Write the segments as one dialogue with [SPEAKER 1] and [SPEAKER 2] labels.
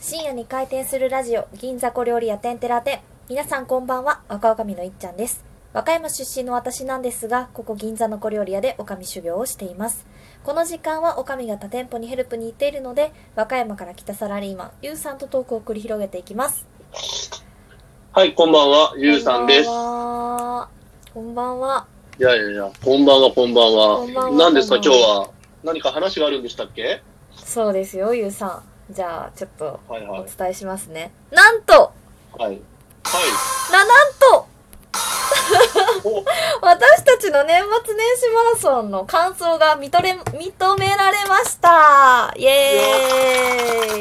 [SPEAKER 1] 深夜に開店するラジオ銀座小料理屋テンテラテン皆さんこんばんは若女将のいっちゃんです和歌山出身の私なんですがここ銀座の小料理屋で女将修行をしていますこの時間は女将が他店舗にヘルプに行っているので和歌山から来たサラリーマンゆうさんとトークを繰り広げていきます
[SPEAKER 2] はい、こんばんは、ゆうさんです。
[SPEAKER 1] こんばんは。
[SPEAKER 2] いやいやいや、こんばんは、こんばん
[SPEAKER 1] こんばん
[SPEAKER 2] は。
[SPEAKER 1] は
[SPEAKER 2] 何ですか、
[SPEAKER 1] こんば
[SPEAKER 2] 今
[SPEAKER 1] ん
[SPEAKER 2] 日
[SPEAKER 1] は
[SPEAKER 2] は。何か話があるんでしたっけ
[SPEAKER 1] そうですよ、ゆうさん。じゃあ、ちょっと
[SPEAKER 2] はいは
[SPEAKER 1] お
[SPEAKER 2] い。
[SPEAKER 1] 伝えしますね。なんと
[SPEAKER 2] はい。はい。
[SPEAKER 1] な、なんと
[SPEAKER 2] お、
[SPEAKER 1] 私たちの年末年始マラソンの感想が認れ、認められましたイエーイ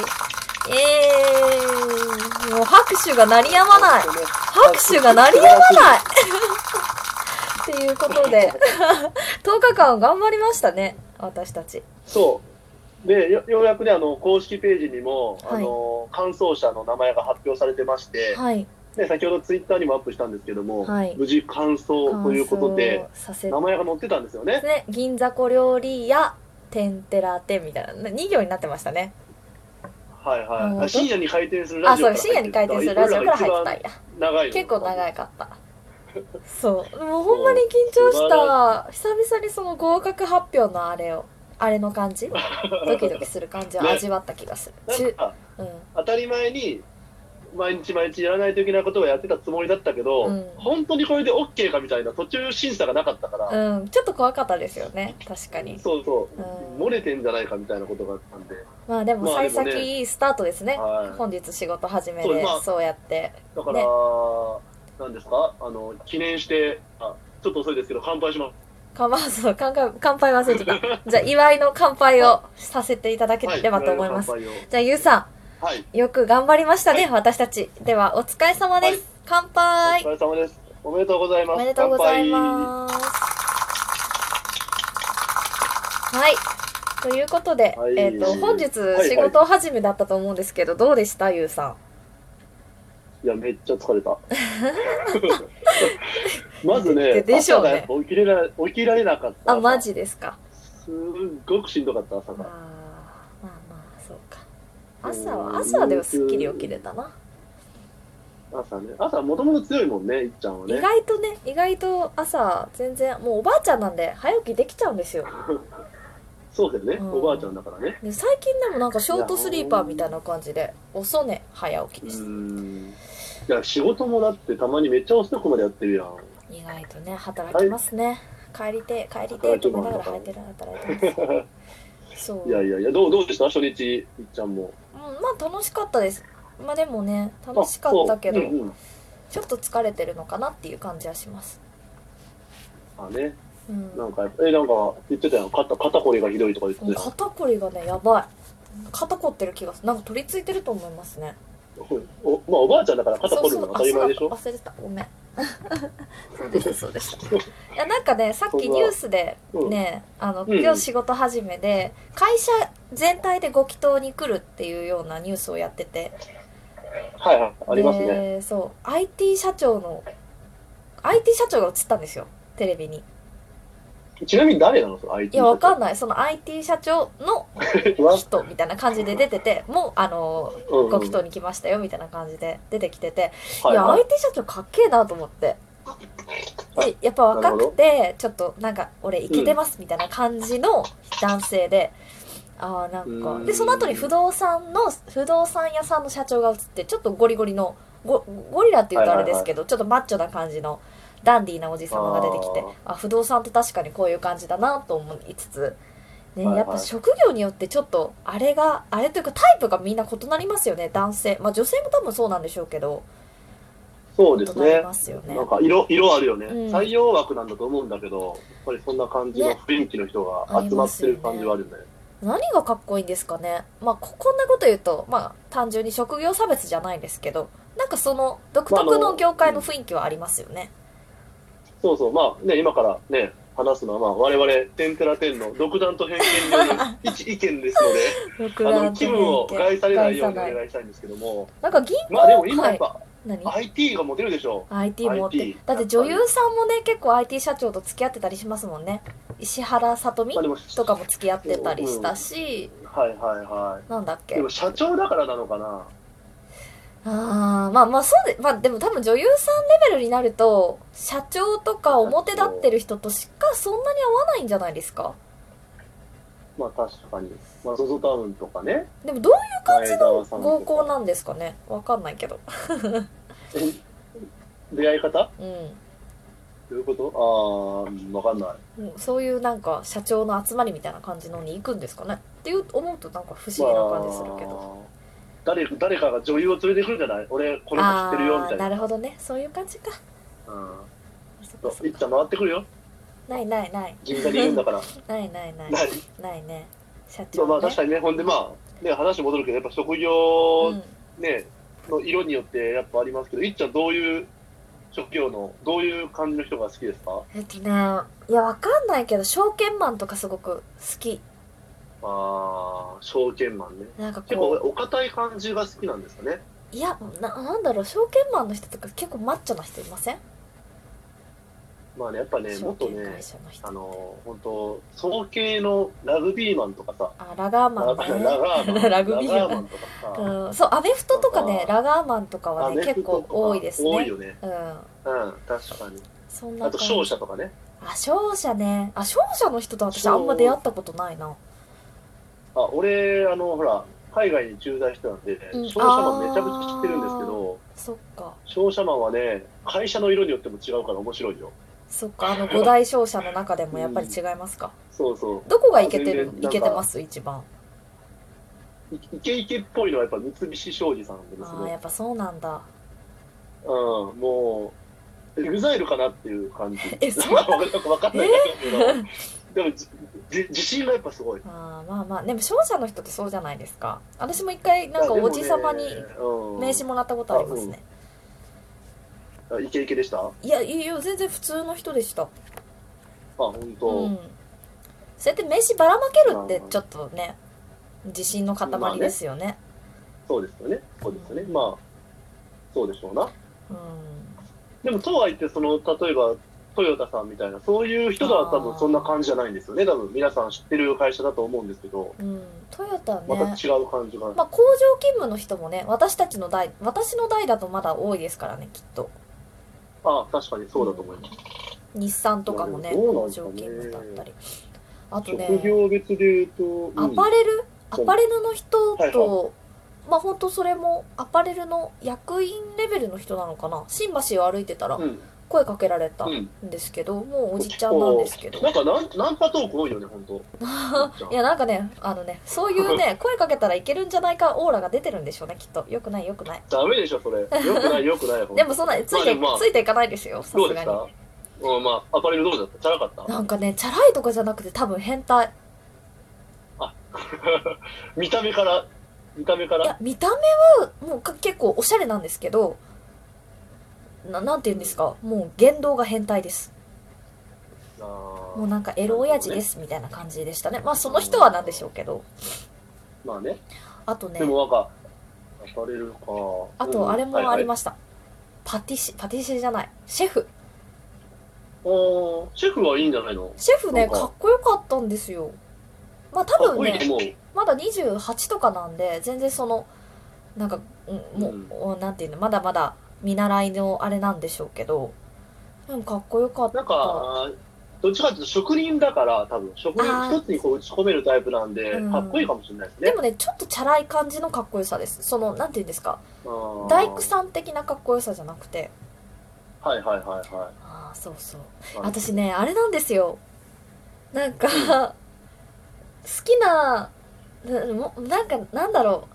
[SPEAKER 1] イエーイもう拍手が鳴りやまない拍手が鳴りやまないっていうことで、10日間頑張りましたね、私たち。
[SPEAKER 2] そう。で、よようやくね、あの、公式ページにも、
[SPEAKER 1] はい
[SPEAKER 2] あの、感想者の名前が発表されてまして、
[SPEAKER 1] はい。
[SPEAKER 2] ね、先ほどツイッターにもアップしたんですけども、
[SPEAKER 1] はい
[SPEAKER 2] 無事完走ということで、
[SPEAKER 1] 感想させ
[SPEAKER 2] 名前が載ってたんですよね。
[SPEAKER 1] ね、銀座小料理屋、てんてらてんみたいな、2行になってましたね。
[SPEAKER 2] はい
[SPEAKER 1] うん
[SPEAKER 2] はいあ。深夜に開店するラ
[SPEAKER 1] あ、
[SPEAKER 2] ジオ
[SPEAKER 1] そ
[SPEAKER 2] から
[SPEAKER 1] う、深夜
[SPEAKER 2] 入って
[SPEAKER 1] に回転するラジオから入ってたんや。
[SPEAKER 2] た。長いよ
[SPEAKER 1] 結構長か った。そう。もうほんまに緊張した。久々にその合格発表のあれを、あれの感 じ、ドキドキする感じを
[SPEAKER 2] ね
[SPEAKER 1] 味わった気がする。
[SPEAKER 2] なん
[SPEAKER 1] 中
[SPEAKER 2] か
[SPEAKER 1] うん。
[SPEAKER 2] 当たり前に毎日毎日やらないといけないことをやってたつもりだったけど、
[SPEAKER 1] うん
[SPEAKER 2] 本当にこれで OK かみたいな途中審査がなかったから、
[SPEAKER 1] うん、ちょっと怖かったですよね確かに
[SPEAKER 2] そうそう、
[SPEAKER 1] うん
[SPEAKER 2] 漏れてんじゃないかみたいなことがあったんで
[SPEAKER 1] まあでも
[SPEAKER 2] まあ
[SPEAKER 1] 幸
[SPEAKER 2] でもね
[SPEAKER 1] 先いいスタートですね,、
[SPEAKER 2] はい
[SPEAKER 1] 本日仕事始め
[SPEAKER 2] そう
[SPEAKER 1] で
[SPEAKER 2] まあ
[SPEAKER 1] そうやって
[SPEAKER 2] だから、
[SPEAKER 1] ね
[SPEAKER 2] なんですかあの記念してあちょっと遅いですけど乾杯しま
[SPEAKER 1] かまず乾杯乾杯忘れてたじゃあ祝いの乾杯をさせていただ
[SPEAKER 2] す
[SPEAKER 1] ければと思います、
[SPEAKER 2] はい乾杯
[SPEAKER 1] じゃあゆうさ
[SPEAKER 2] をはい
[SPEAKER 1] んよく頑張りましたね、私たちではお疲れ様です、
[SPEAKER 2] はい
[SPEAKER 1] 乾杯
[SPEAKER 2] お疲れ様ですおめでとうございます
[SPEAKER 1] おめでとうござい
[SPEAKER 2] す
[SPEAKER 1] ますはいということで、
[SPEAKER 2] はい
[SPEAKER 1] えっと本日
[SPEAKER 2] はい
[SPEAKER 1] 仕事始めだったと思うんですけど、どうでしたゆうさん
[SPEAKER 2] いやめっちゃ疲れ たまずね
[SPEAKER 1] ででしょ
[SPEAKER 2] 朝
[SPEAKER 1] うね
[SPEAKER 2] がやっぱ起きれな起きられなかった
[SPEAKER 1] あマジですか
[SPEAKER 2] すっごくしんどかった朝
[SPEAKER 1] あー
[SPEAKER 2] が
[SPEAKER 1] まあまあそうか朝は朝はでもすっきり起きれたな、
[SPEAKER 2] 朝ね朝もともと強いもんねいっちゃんは
[SPEAKER 1] 意
[SPEAKER 2] ね
[SPEAKER 1] 外とね意外と朝全然もうおばあちゃんなんで早起きできちゃうんですよ
[SPEAKER 2] そうだよね、
[SPEAKER 1] うん
[SPEAKER 2] おばあちゃんだからね
[SPEAKER 1] で最近でもなんかショートスリーパーみたいな感じで遅寝早起き
[SPEAKER 2] う
[SPEAKER 1] です、
[SPEAKER 2] んいや仕事もだってたまにめっちゃ遅くまでやってるやん
[SPEAKER 1] 意外とね働きますね、帰りてえ帰りてえと思いながら働いてる働いてますそう
[SPEAKER 2] いやいやいやどうどうでした初日いっちゃんも
[SPEAKER 1] うん、まあ楽しかったですまあでもね楽しかったけど、
[SPEAKER 2] あそううんうん
[SPEAKER 1] ちょっと疲れてるのかなっていう感じはします
[SPEAKER 2] あね
[SPEAKER 1] うん
[SPEAKER 2] なんかやっぱえなんか言ってたやん肩肩こりがひどいとか言ってたやん
[SPEAKER 1] 肩こりがねやばい肩こってる気がするなんか取り付いてると思いますね
[SPEAKER 2] おまあおばあちゃんだから肩こるのが当たり前でし
[SPEAKER 1] あそ
[SPEAKER 2] ょ
[SPEAKER 1] うだ忘れてたごめん そうでしたそうでした いやなんかねさっきニュースで
[SPEAKER 2] うん
[SPEAKER 1] ね、あの
[SPEAKER 2] うん
[SPEAKER 1] 今日仕事始めで会社全体でご祈祷に来るっていうようなニュースをやってて
[SPEAKER 2] はいはいありますね
[SPEAKER 1] でそう IT 社長の IT 社長が映ったんですよテレビに
[SPEAKER 2] ちなみに誰なのその IT
[SPEAKER 1] いやわか
[SPEAKER 2] ん
[SPEAKER 1] んないその IT 社長の
[SPEAKER 2] ない
[SPEAKER 1] 人みたいな感じで出ててもうあのご祈祷に来ましたよみたいな感じで出てきてて、いや、IT 社長かっけえなと思って。
[SPEAKER 2] は
[SPEAKER 1] でやっぱ若くてちょっとなんか俺イケてますみたいな感じの男性で、ああなん
[SPEAKER 2] う
[SPEAKER 1] か
[SPEAKER 2] ん
[SPEAKER 1] でその後に不動産の不動産屋さんの社長が映ってちょっとゴリゴリのゴゴリラって言うとあれですけど、ちょっとマッチョな感じのダンディーなおじさまが出てきてあ不動産って確かにこういう感じだなと思いつつ、ね
[SPEAKER 2] はいはい
[SPEAKER 1] やっぱ職業によってちょっとあれがあれというかタイプがみんな異なりますよね男性まあ女性も多分そうなんでしょうけど。
[SPEAKER 2] そうです
[SPEAKER 1] なり
[SPEAKER 2] ね
[SPEAKER 1] ますよね
[SPEAKER 2] なんか色色あるよね、
[SPEAKER 1] うん
[SPEAKER 2] 採用枠なんだと思うんだけど、やっぱりそんな感じの
[SPEAKER 1] ね
[SPEAKER 2] 雰囲気の人
[SPEAKER 1] あ
[SPEAKER 2] が
[SPEAKER 1] り
[SPEAKER 2] 集ま
[SPEAKER 1] ま
[SPEAKER 2] っ
[SPEAKER 1] す
[SPEAKER 2] て
[SPEAKER 1] よね
[SPEAKER 2] る感じはあるよね。
[SPEAKER 1] 何がかっこいいんですかねまあここんなこと言うとまあ単純に職業差別じゃないですけどなんかその独特
[SPEAKER 2] まああ
[SPEAKER 1] の
[SPEAKER 2] の
[SPEAKER 1] 業界の雰囲気はありますよね、
[SPEAKER 2] そうそう、まあね、今からね、話すのは、まあ、我々、天てら天の独断と偏見による一 意見です
[SPEAKER 1] 録
[SPEAKER 2] ので、あの、
[SPEAKER 1] 画
[SPEAKER 2] 気分を害されないようにお
[SPEAKER 1] 害さな
[SPEAKER 2] 願いしたいんですけども、
[SPEAKER 1] なんか銀行、
[SPEAKER 2] まあでも今やっ
[SPEAKER 1] は
[SPEAKER 2] ぱ、
[SPEAKER 1] い、何
[SPEAKER 2] IT がモテるでしょ
[SPEAKER 1] IT 持ってる
[SPEAKER 2] IT
[SPEAKER 1] だって女優さんもね結構 IT 社長と付き合ってたりしますもんね石原さと
[SPEAKER 2] う。
[SPEAKER 1] み
[SPEAKER 2] まあでも、
[SPEAKER 1] とかも付き合ってたりしたし、
[SPEAKER 2] はいはいは
[SPEAKER 1] なんだっ
[SPEAKER 2] い。
[SPEAKER 1] け
[SPEAKER 2] でも社長だからなのかな
[SPEAKER 1] ああまあまあそうでまあでも多分女優さんレベルになると社長とか表立ってる人としかそんなに合わないんじゃないですか
[SPEAKER 2] まあ確かに。まあ、ZOZO タウンとかね。
[SPEAKER 1] でもどういう感じ
[SPEAKER 2] 前澤
[SPEAKER 1] の
[SPEAKER 2] さんとか
[SPEAKER 1] 合コンなんですかねわかんないけど
[SPEAKER 2] え出会い方
[SPEAKER 1] うん
[SPEAKER 2] どういうことああー、わかんない。
[SPEAKER 1] もうそういうなんか社長の集まりみたいな感じのに行くんですかねっていう思うとなんか不思議な感じするけど、
[SPEAKER 2] まあ誰誰かが女優を連れてくるんじゃない俺この子知ってるよみたいな
[SPEAKER 1] あーなるほどねそういう感じか
[SPEAKER 2] う
[SPEAKER 1] そっ
[SPEAKER 2] ん
[SPEAKER 1] か
[SPEAKER 2] そ
[SPEAKER 1] そうっ
[SPEAKER 2] いっ
[SPEAKER 1] か
[SPEAKER 2] ちゃん回ってくるよ
[SPEAKER 1] ないないない
[SPEAKER 2] 銀座にいるんだから
[SPEAKER 1] ないないない
[SPEAKER 2] ない
[SPEAKER 1] ないね社
[SPEAKER 2] ま
[SPEAKER 1] 長
[SPEAKER 2] あ、まあ
[SPEAKER 1] ね
[SPEAKER 2] 確かにねほんでまあね話戻るけどやっぱ職業
[SPEAKER 1] うん
[SPEAKER 2] ね、の色によってやっぱありますけどいっちゃんどういう職業のどういう感じの人が好きですか
[SPEAKER 1] えっとねいやわかんないけど証券マンとかすごく好き
[SPEAKER 2] ああ証券マンね
[SPEAKER 1] なんかこう
[SPEAKER 2] 結構お堅い感じが好きなんですかね
[SPEAKER 1] いやななんだろう証券マンの人とか結構マッチョな人いません、
[SPEAKER 2] まあねやっぱねも
[SPEAKER 1] 証
[SPEAKER 2] っと
[SPEAKER 1] 券会
[SPEAKER 2] ね
[SPEAKER 1] 社の人
[SPEAKER 2] あの本当総系のラグビーマンとかさ
[SPEAKER 1] あ ラガーマ
[SPEAKER 2] ラ
[SPEAKER 1] ンね
[SPEAKER 2] ガーマン
[SPEAKER 1] ラグビーマン
[SPEAKER 2] ラガーマンとかさ、
[SPEAKER 1] うん、そうアメフトとかね
[SPEAKER 2] あ
[SPEAKER 1] ラガーマンとかはね
[SPEAKER 2] アメ
[SPEAKER 1] 結
[SPEAKER 2] フト
[SPEAKER 1] 構
[SPEAKER 2] とか
[SPEAKER 1] 多いですね
[SPEAKER 2] 多いよね。
[SPEAKER 1] うん
[SPEAKER 2] うん、確かに。
[SPEAKER 1] そんな
[SPEAKER 2] あと、勝
[SPEAKER 1] 者
[SPEAKER 2] 者とかね。
[SPEAKER 1] あ勝者ねあ勝者の人と私あんま出会ったことないな
[SPEAKER 2] あ、俺、あの、ほら、海外に駐在してたんで、
[SPEAKER 1] うん
[SPEAKER 2] 商社マンめちゃくちゃ知ってるんですけど、
[SPEAKER 1] そっか
[SPEAKER 2] 商社マンはね、会社の色によっても違うから面白いよ。
[SPEAKER 1] そっかあの五大商社の中でもやっぱり違いますか、
[SPEAKER 2] そうそ
[SPEAKER 1] どこがいけてる
[SPEAKER 2] 全然なん
[SPEAKER 1] い
[SPEAKER 2] か
[SPEAKER 1] けてます一番
[SPEAKER 2] う。いイケイケっぽいのはやっぱ三菱商事さんです
[SPEAKER 1] ああや
[SPEAKER 2] ね。
[SPEAKER 1] っぱそうなんだ
[SPEAKER 2] うん、もう、エグザイルかなっていう感じ。
[SPEAKER 1] え そん
[SPEAKER 2] なんかなんかわかんないけど、でもじじ自信がやっぱすごい。
[SPEAKER 1] あーまあまあでも商社の人ってそうじゃないですか私も一回なんか
[SPEAKER 2] いやでも
[SPEAKER 1] お
[SPEAKER 2] ね
[SPEAKER 1] じさまに
[SPEAKER 2] うん
[SPEAKER 1] 名刺もらったことありますね、
[SPEAKER 2] あイケイケでしたあ、
[SPEAKER 1] いやいや全然普通の人でした
[SPEAKER 2] 本当。
[SPEAKER 1] うんそうやって名刺ばらまけるってちょっとね自信の塊ですよね,、
[SPEAKER 2] そうですよね。そうですよね。まあ、そうでしょうな。
[SPEAKER 1] うん
[SPEAKER 2] でも、とはいって、その、例えば、トヨタさんみたいな、そういう人が多分そんな感じじゃないんですよね。多分、皆さん知ってる会社だと思うんですけど、
[SPEAKER 1] うん、トヨタね、
[SPEAKER 2] ま
[SPEAKER 1] ま
[SPEAKER 2] た違う感じが。
[SPEAKER 1] あ、工場勤務の人もね私たちの代私の代だとまだ多いですからねきっと
[SPEAKER 2] ああ、確かにそうだと思います。
[SPEAKER 1] 日産とかもね
[SPEAKER 2] まあでも
[SPEAKER 1] 工場
[SPEAKER 2] そうなん
[SPEAKER 1] 勤
[SPEAKER 2] ですかね
[SPEAKER 1] 務だったりあとね
[SPEAKER 2] 職業別で言うと、
[SPEAKER 1] アパレル、アパレルの人と、
[SPEAKER 2] はいは
[SPEAKER 1] まあ本当それもアパレルの役員レベルの人なのかな新橋を歩いてたら
[SPEAKER 2] うん。うん。
[SPEAKER 1] 声かけられた
[SPEAKER 2] うんん。
[SPEAKER 1] ですけど、もうおじちゃんなんですけど
[SPEAKER 2] なんかなん、ナンパトーク多いよね、本 当
[SPEAKER 1] いやなんかねあのねそういう ね声かけたらいけるんじゃないかオーラが出てるんでしょうねきっとよくないよくない
[SPEAKER 2] ダメでしょ、それ。よくない、よくない。
[SPEAKER 1] でもそんなついて、
[SPEAKER 2] まあでもまあ
[SPEAKER 1] ついていかないですよさ
[SPEAKER 2] どう
[SPEAKER 1] すが
[SPEAKER 2] でし
[SPEAKER 1] に
[SPEAKER 2] たうん、まあ、アパレルどうだったチャラかった
[SPEAKER 1] なんかねチャラいとかじゃなくて多分変態
[SPEAKER 2] 見た目から、見た目か
[SPEAKER 1] い
[SPEAKER 2] ら
[SPEAKER 1] や、見た目はもうか結構おしゃれなんですけどななんて言うんですかもう言動が変態です
[SPEAKER 2] あー
[SPEAKER 1] もうなんかエロ親父ですみたいな感じでしたね。まあその人はなんでしょうけど。
[SPEAKER 2] まあね、
[SPEAKER 1] あとね
[SPEAKER 2] で、もなんか、アパレルか。
[SPEAKER 1] あとあれもありま
[SPEAKER 2] し
[SPEAKER 1] した。パティシ、パティシエじゃない。シェフ。
[SPEAKER 2] た。おーシェフはいいんじゃないの
[SPEAKER 1] シェフね、
[SPEAKER 2] そうか
[SPEAKER 1] かっこよかったんですよ。まあ多
[SPEAKER 2] かっ
[SPEAKER 1] 分
[SPEAKER 2] こいいと
[SPEAKER 1] ね、
[SPEAKER 2] 思う。
[SPEAKER 1] まだ28とかなんで、全然その、なんか、うんもう、
[SPEAKER 2] うん
[SPEAKER 1] おなんていうの、まだまだ見習いのあれなんでしょうけど、でもかっこよかった。
[SPEAKER 2] なんか、どっちかっていうと職人だから、多分、職
[SPEAKER 1] あ
[SPEAKER 2] 人
[SPEAKER 1] ー
[SPEAKER 2] 一つにこう打ち込めるタイプなんで
[SPEAKER 1] うん、
[SPEAKER 2] かっこいいかもしれないです
[SPEAKER 1] で
[SPEAKER 2] ね。
[SPEAKER 1] もね、ちょっとチャラい感じのかっこよさです。その、なんていうんですか、
[SPEAKER 2] あー
[SPEAKER 1] 大工さん的なかっこよさじゃなくて、
[SPEAKER 2] はいはいはいは
[SPEAKER 1] ああ、そうそう。
[SPEAKER 2] い。はい
[SPEAKER 1] 私ねあれなんですよなんか好きななもなんかなんだろ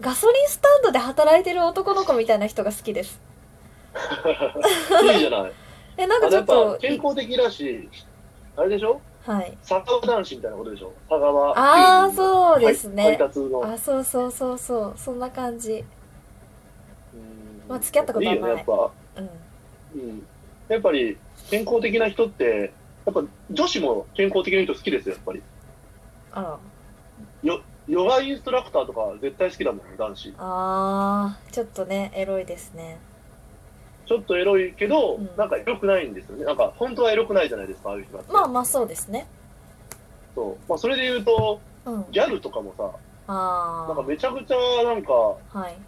[SPEAKER 1] うガソリンスタンドで働いてる男の子みたいな人が好きです
[SPEAKER 2] い いじゃない。
[SPEAKER 1] えなん
[SPEAKER 2] あ
[SPEAKER 1] か
[SPEAKER 2] の
[SPEAKER 1] ち
[SPEAKER 2] や
[SPEAKER 1] ょ
[SPEAKER 2] っ
[SPEAKER 1] っと
[SPEAKER 2] ぱ健
[SPEAKER 1] い
[SPEAKER 2] 康的だし、あれでしょ
[SPEAKER 1] はい
[SPEAKER 2] 佐川男子みたいなことでしょ佐川。
[SPEAKER 1] ああ
[SPEAKER 2] う
[SPEAKER 1] そうです
[SPEAKER 2] 配
[SPEAKER 1] ね
[SPEAKER 2] 達の。
[SPEAKER 1] あそうそうそうそうそんな感じ
[SPEAKER 2] うん
[SPEAKER 1] まあ付き合ったことはない
[SPEAKER 2] いよね、やっぱ。
[SPEAKER 1] うん
[SPEAKER 2] うんやっぱり健康的な人ってやっぱ女子も健康的な人好きですよ、やっぱり。
[SPEAKER 1] あら。
[SPEAKER 2] ヨガインストラクターとか絶対好きだもんね、男子。
[SPEAKER 1] あー、ちょっとね、エロいですね。
[SPEAKER 2] ちょっとエロいけど、
[SPEAKER 1] うん
[SPEAKER 2] なんかエロくないんですよね。なんか本当はエロくないじゃないですか、ああいう人だって。
[SPEAKER 1] まあまあそうですね。
[SPEAKER 2] そう。まあそれで言うと、
[SPEAKER 1] うん。
[SPEAKER 2] ギャルとかもさ、
[SPEAKER 1] あ
[SPEAKER 2] なんか
[SPEAKER 1] ー。
[SPEAKER 2] めちゃくちゃなんか
[SPEAKER 1] は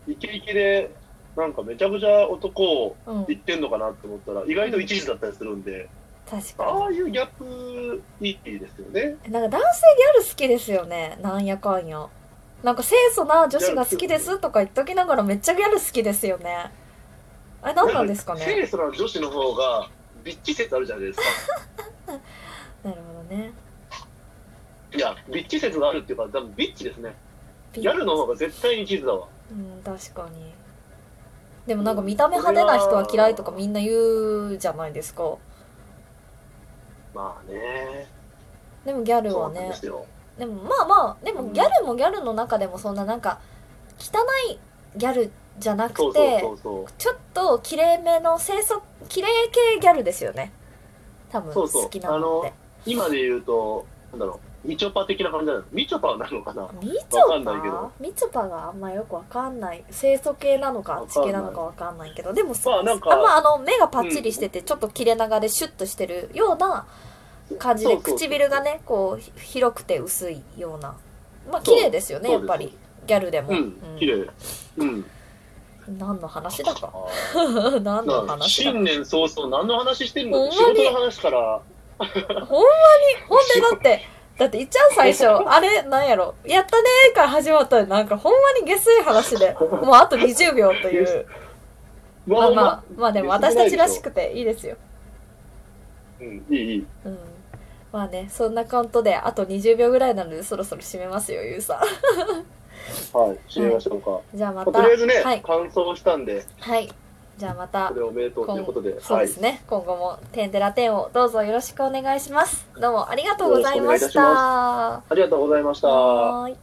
[SPEAKER 1] い。
[SPEAKER 2] イケイケで、なんかめちゃくちゃ男を
[SPEAKER 1] うん。
[SPEAKER 2] 言ってんのかなって思ったら、意外と一時だったりするんで、
[SPEAKER 1] 確
[SPEAKER 2] あ
[SPEAKER 1] か
[SPEAKER 2] あいうギャップいいですよね。
[SPEAKER 1] に。なんか男性ギャル好きですよね。なんやかんや。なんか清楚な女子が好きですとか言っときながらめっちゃギャル好きですよね。あれ何なんですかね。
[SPEAKER 2] 清楚な女子の方が、ビッチ説あるじゃないですか。
[SPEAKER 1] なるほどね。
[SPEAKER 2] いや、ビッチ説があるっていうか、多分ビッチですね。
[SPEAKER 1] ピ
[SPEAKER 2] ギャルの方が絶対に地図だわ。
[SPEAKER 1] うん、確かに。でもなんか見た目派手な人は嫌いとかみんな言うじゃないですか。
[SPEAKER 2] まあね。
[SPEAKER 1] でもギャル
[SPEAKER 2] そう
[SPEAKER 1] は
[SPEAKER 2] なん
[SPEAKER 1] ね
[SPEAKER 2] で。すよ。
[SPEAKER 1] でもまあまあ、でもギャルもギャルの中でもそんななんか汚いギャルじゃな
[SPEAKER 2] そ
[SPEAKER 1] く
[SPEAKER 2] うそう
[SPEAKER 1] て
[SPEAKER 2] そ、うそう。
[SPEAKER 1] ちょっと綺麗めの清楚、綺麗系ギャルですよね。多分
[SPEAKER 2] そうそう
[SPEAKER 1] 好きなのって。
[SPEAKER 2] 今で言うと、なんだろう、みちょぱ的な感じなの。みちょぱはなるのかな
[SPEAKER 1] みち
[SPEAKER 2] わか
[SPEAKER 1] ょ
[SPEAKER 2] んないけ
[SPEAKER 1] ぱ
[SPEAKER 2] ど
[SPEAKER 1] みちょぱがあんまよくわかんない。清楚系なのか
[SPEAKER 2] わ、か
[SPEAKER 1] 地
[SPEAKER 2] んない
[SPEAKER 1] 系なのかわかんないけど、でも、
[SPEAKER 2] まあなんか
[SPEAKER 1] んまあの、目がパッチリしてて、ちょっと切れ長でシュッとしてるような感じで、
[SPEAKER 2] そうそうそう
[SPEAKER 1] 唇がね、こう、ひ広くて薄いような。まあ、
[SPEAKER 2] そう
[SPEAKER 1] 綺麗ですよね、
[SPEAKER 2] そ
[SPEAKER 1] や
[SPEAKER 2] う
[SPEAKER 1] っ
[SPEAKER 2] です
[SPEAKER 1] ぱり。ギャルでも。
[SPEAKER 2] うん、綺麗。うん。
[SPEAKER 1] 何の話だか。
[SPEAKER 2] あ
[SPEAKER 1] 何の
[SPEAKER 2] ーなんか
[SPEAKER 1] 話だか。
[SPEAKER 2] 新年早々何の話してん
[SPEAKER 1] ほんま
[SPEAKER 2] の
[SPEAKER 1] に
[SPEAKER 2] 仕事の話から、
[SPEAKER 1] ほんまに、ほんでだ って、だっていっちゃん最初、あれ、なんやろ、やったねーから始まったのになんかほんまに下水話 で、もうあと20秒という。まあまあ、まあでも私たちらしくていいですよ。
[SPEAKER 2] うん、いい、いい。
[SPEAKER 1] うん。まあね、そんなカウントで、あと20秒ぐらいなので、そろそろ締めますよ、ゆうさ
[SPEAKER 2] はい、締めましょう か。
[SPEAKER 1] ん。じゃあま
[SPEAKER 2] まあ
[SPEAKER 1] た、
[SPEAKER 2] とりあえずね、
[SPEAKER 1] はい。
[SPEAKER 2] 完走したんで、
[SPEAKER 1] はい。じゃあまた
[SPEAKER 2] こ、れおめでとうということで、
[SPEAKER 1] そうですね、今後も、テンデラテンをどうぞよろしくお願いします。どうもありがとうございま
[SPEAKER 2] よろ
[SPEAKER 1] し。
[SPEAKER 2] しくお願いいたしたはい。ありがとうございました。
[SPEAKER 1] はーい。